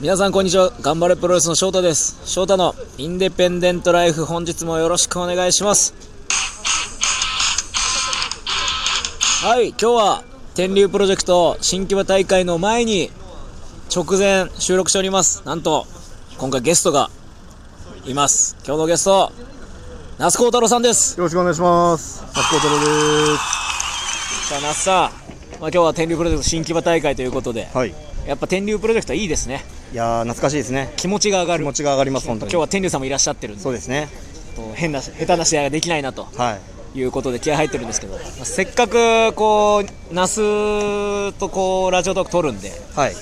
皆さんこんにちは頑張れプロレスの翔太です翔太のインデペンデントライフ本日もよろしくお願いしますはい今日は天竜プロジェクト新規場大会の前に直前収録しておりますなんと今回ゲストがいます今日のゲスト那須幸太郎さんですよろしくお願いします。マスコトロです。さあ那須さん、まあ、今日は天竜プロジェクト新木場大会ということではい。いやっぱ天竜プロジェクトはいいですねやー懐かしいですね。気持ちが上が気る持ちが上がります本今当に。日は天竜さんもいらっしゃってるんでそうですね。ちょっと変な下手な試合ができないなとはい。いうことで気合入ってるんですけど、まあせっかくこう那須とこうラジオトーク撮るんではい。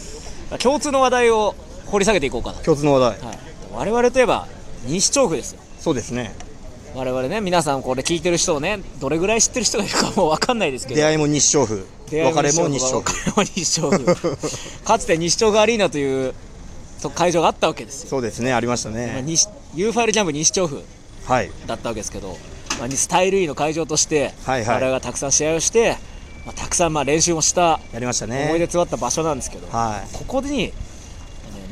共通の話題を掘り下げていこうかなと、共通の話題。はい、我々といえば西調布ですよそうですね。我々ね皆さんこれ聞いてる人をねどれぐらい知ってる人がいるかもう分かんないですけど出会いも日照府。別出会いれも日照府。西調布別れも西 調布かつて西調布アリーナというと会場があったわけですよ、そうですね。ありましたまあ、ね。西ユーファイルジャンプ西調布はい。だったわけですけど、まあ、スタイル E の会場として、はいはい我々がたくさん試合をして、まあ、たくさんまあ練習もしたやりました思い出ね。詰まった場所なんですけど、はい。ここに、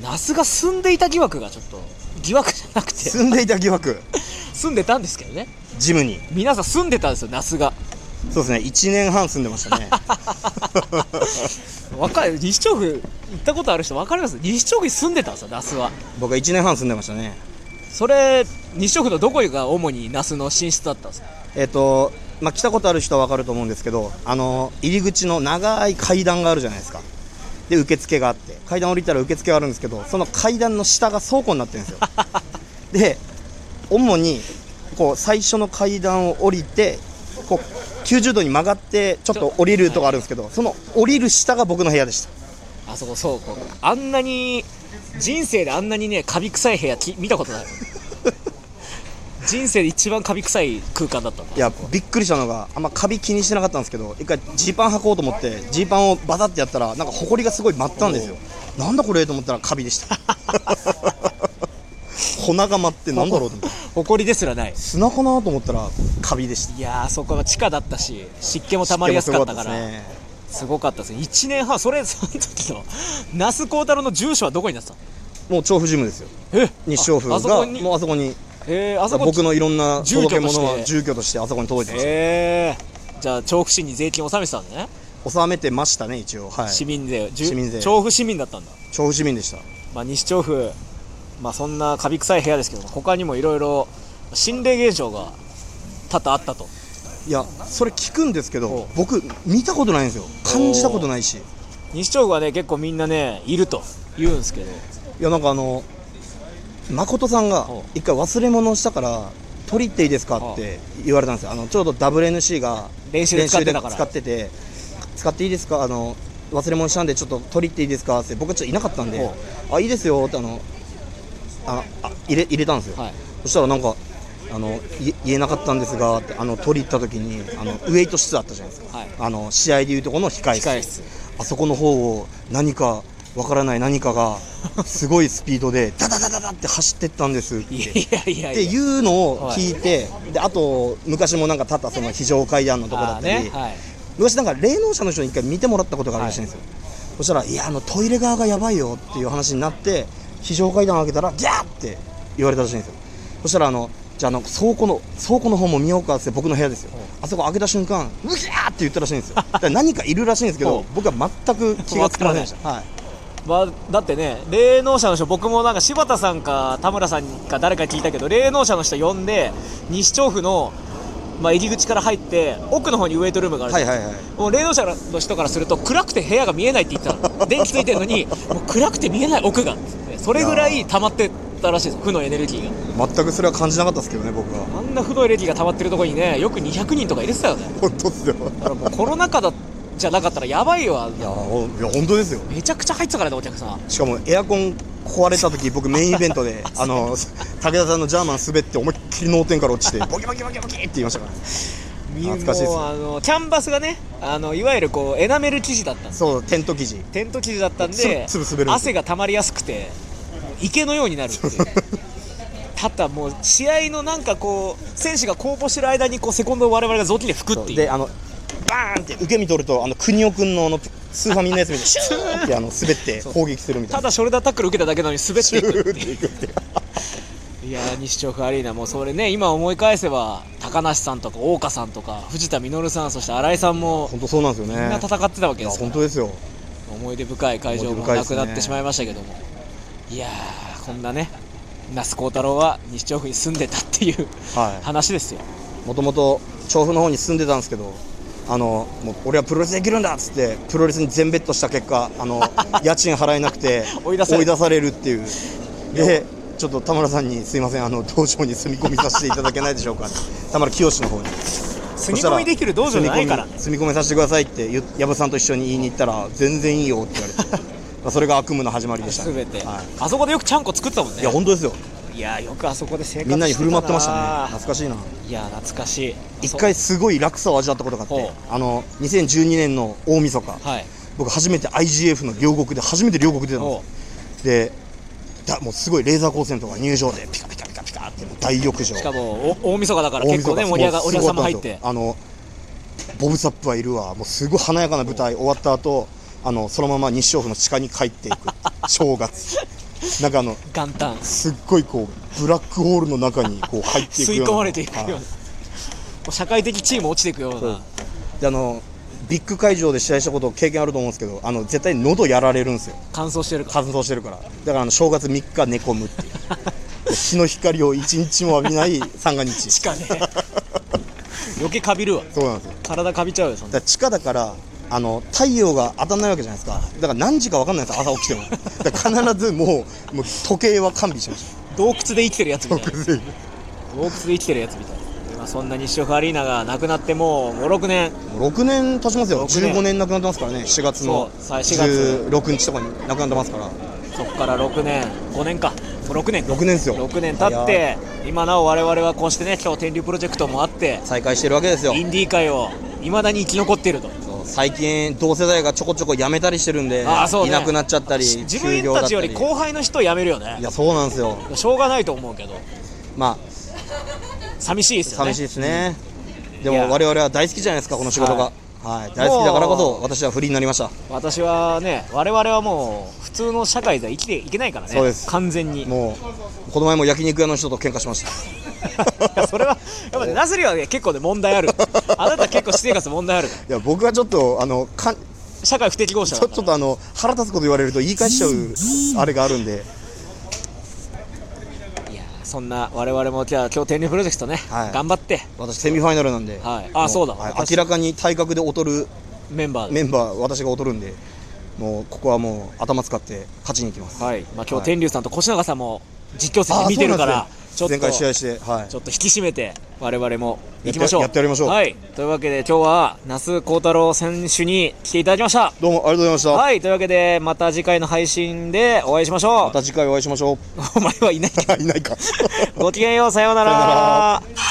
あの那須が住んでいた疑惑がちょっと疑惑じゃなくて住んでいた疑惑。住んでたんですけどねジムに。皆さん住んでたんですよ那須がそうですね。一年半住んでま したね。わかる西調布行ったことある人分かります西調布に住んでたんですよ那須は僕は一年半住んでましたね。それ西調布のどこが主に那須の寝室だったんですかえっと。まあ、来たことある人は分かると思うんですけどあの入り口の長い階段があるじゃないですかで受付があって階段降りたら受付があるんですけどその階段の下が倉庫になってるんですよで主にこう最初の階段を降りてこう90度に曲がってちょっと降りるとこあるんですけどその降りる下が僕の部屋でしたあそこそうこうあんなに人生であんなにねカビ臭い部屋き見たことない人生で一番カビ臭い空間だったんだいやびっくりしたのがあんまカビ気にしてなかったんですけど一回ジーパン履こうと思ってジーパンをバタってやったらなんかホコリがすごい舞ったんですよなんだこれと思ったらカビでした 粉が舞ってなんだろうと思って埃ですらない砂かなと思ったらカビでしたいやーあそこは地下だったし湿気もたまりやすかったから湿気もすごですねすごかったですね1年半それその時の那須幸太郎の住所はどこになってたのもう調布ジムですよえ日照府がああそこにもうあそこにえー、あそこ僕のいろんな住居と届してけ物は住居としてあそこに届いてました、えー、じゃあ調布市に税金を納めてたんだね、納めてましたね一応はい市民税じゅ市民税調布市民だったんだ、調布市民でしたまあ、西調布、まあ、そんなカビ臭い部屋ですけども他にもいろいろ心霊現象が多々あったといやそれ聞くんですおけうど僕見たことないんですよ感じたことないし西調布はね結構みんなねいると言うんですけどいやなんかあの誠さんがおう一回忘れ物をしたから取り行っていいですかって言われたんですよあのちょうど WNC が練習で使ってたから練習で使ってて使っていいですかあの忘れ物したんでちょっと取り行っていいですかって僕はちょっといなかったんであいいですよってあのああ入れ入れたんですよ、はいそしたらなんかあのい言えなかったんですがってあの取り行った時にあのウエイト室あったじゃないですか、はいあの試合でいうとこの控え室控え室あそこの方を何かわからない何かがすごいスピードでダダダダダって走ってったんですっていやいやっていやいうのを聞いて、であと昔もなんか立ったその非常階段のとこあだーったり、ねはい昔なんか霊能者の人に一回見てもらったことがあるらしいんですよ、そしたら「いやあのトイレ側がやばいよ」っていう話になって非常階段を開けたら「ギャー!」って言われたらしいんですよそしたらあのじゃああの倉庫の倉庫の方も見ようかっつって僕の部屋ですよあそこ開けた瞬間「うぎゃー!」って言ったらしいんですよだから何かいるらしいんですけおうど僕は全く気がつきませんでしわた、はい、まあ、だってね霊能者の人僕もなんか柴田さんか田村さんか誰かに聞いたけど霊能者の人呼んで西調布の、まあ、入り口から入って奥の方にウエイトルームがあるじゃんはいはいはいもう霊能者の人からすると暗くて部屋が見えないって言ってた の電気ついてるのにもう暗くて見えない奥がっつってそれぐらい溜まってたらしいです負のエネルギーが全くそれは感じなかったですけどね僕はあんな負のエネルギーが溜まってるとこにねよく200人とか入れてたよね 本当っすだよからもうコロナ禍だじゃなかったらやばいよあんいなやほんいや本当ですよめちゃくちゃ入ってたからねお客さんしかもエアコン壊れた時僕メインイベン トであの武田さんのジャーマン滑って思いっきり脳天から落ちてボキボキボキボキって言いましたから懐かしいですねもうあのキャンバスがねあのいわゆるこうエナメル生地だったんですそうテント生地テント生地だったんでつぶつぶ滑るんですよ汗が溜まりやすくて池のようになるっていうただもう試合のなんかこう選手が攻防してる間にこうセコンドを我々が雑巾で拭くっていうであのババーンって受け身取るとあの国尾くんのあのスーファミのやつみたいにシューってあの滑って攻撃するみたたいなだショルダータックル受けただけなのに滑っていくっていう いくっていういやー西調布アリーナもうそれね今思い返せば高梨さんとか大岡さんとか藤田実さんそして新井さんも本当そうなんですよねみんな戦ってたわけでいやすから本当ですよ思い出深い会場思い出も深いなですくねなってしまいましたけどもいやーこんなね那須幸太郎は西調布に住んでたっていうは話ですよいもともと調布の方に住んでたんですけどあのもう俺はプロレスできるんだっつってプロレスに全ベットした結果 あの家賃払えなくて追い出されるるっていうでちょっと田村さんにすいませんあの道場に住み込みさせていただけないでしょうかって田村清の方に住み込みできる道場じゃないから住み込み住み込みさせてくださいって言矢部さんと一緒に言いに行ったら全然いいよって言われてまあそれが悪夢の始まりでした 全て、はあそこでよくちゃんこ作ったもんい、ねいや本当ですよいやーよくあそこで生活みんなにして振る舞ってましたなねー懐かしいないやー懐かしい一回すごい落差を味わったことがあっほうてあの2012年の大晦日、そうはい僕初めて IGF の両国で初めて両国出たんおうですよでだもうすごいレーザー光線とか入場でピカピカピカピカってもう大浴場しかもお大晦日だから結構ね盛大晦日り上がおもうす客ごさかんもた入んでっすよてあのボブ・サップはいるわもうすごい華やかな舞台終わった後あのそのまま日照府の地下に帰っていく正 月なんかあの元旦すっごいこうブラックホールの中にこう入っていく吸いような込まれていくようなはもう社会的地位も落ちていくようなであのビッグ会場で試合したこと経験あると思うんですけどあの絶対喉やられるんですよ乾燥してるから乾燥してるからだからあの正月3日寝込むっていう 日の光を一日も浴びない三が日地下ね余計かびるわそうなんですよ体かびちゃうよそんなだから地下だからあの太陽が当たらないわけじゃないですかだから何時か分かんないんです朝起きてもだから必ずもうもう時計は完備しまし洞窟で生きてるやつみたいなた崩れ 洞窟で生きてるやつみたいな、まあ、そんな西岡アリーナがなくなってもう56年もう6年経ちますよ六年15年なくなってますからね4月のそうさ四月16日とかになくなってますからそこから6年5年かもう6年6年ですよ6年経っいやて今なお我々はこうしてね今日天竜プロジェクトもあって再開してるわけですよインディー界をいまだに生き残っているとそう最近同世代がちょこちょこ辞めたりしてるんであーそうねいなくなっちゃったり自休分業だたったちよりり後輩の人を辞めるよねいやそうなんですよしょうがないと思うけどまあ寂しいですよね寂しいですねでいやも我々は大好きじゃないですかこの仕事がはい、大好きだからこもそう私はフリーになりました私はね我々はもう普通の社会では生きていけないからねそうです完全にもうこの前も焼肉屋の人と喧嘩しましいやたそれはやっぱねナスリはね結構ね問題あるあなた結構私生活問題あるからいや僕はちょっとあのかんち社会不適合者ょだちょかっとあの腹立つこと言われると言い返しちゃうあれがあるんでらいやそんな我々もじゃあ今日天竜プロジェクトね、はい頑張って私セミファイナルなんで、はいあもそうだはい私明らかに体格で劣るメンバーで、メンバー私が劣るんでもうここはもう頭使って勝ちに行きますはいまあ、今は日い天竜さんと越永さんも実況あ席見てるからそうなんですね前回試合して、はい、ちょっと引き締めて我々も行きましょうやってやってやりましょうはいというわけで今日は那須幸太郎選手に来ていただきましたどうもありがとうございました、はいというわけでまた次回の配信でお会いしましょう また次回お会いしましょう お前はいないけどいないかごきげんようさようなさようならら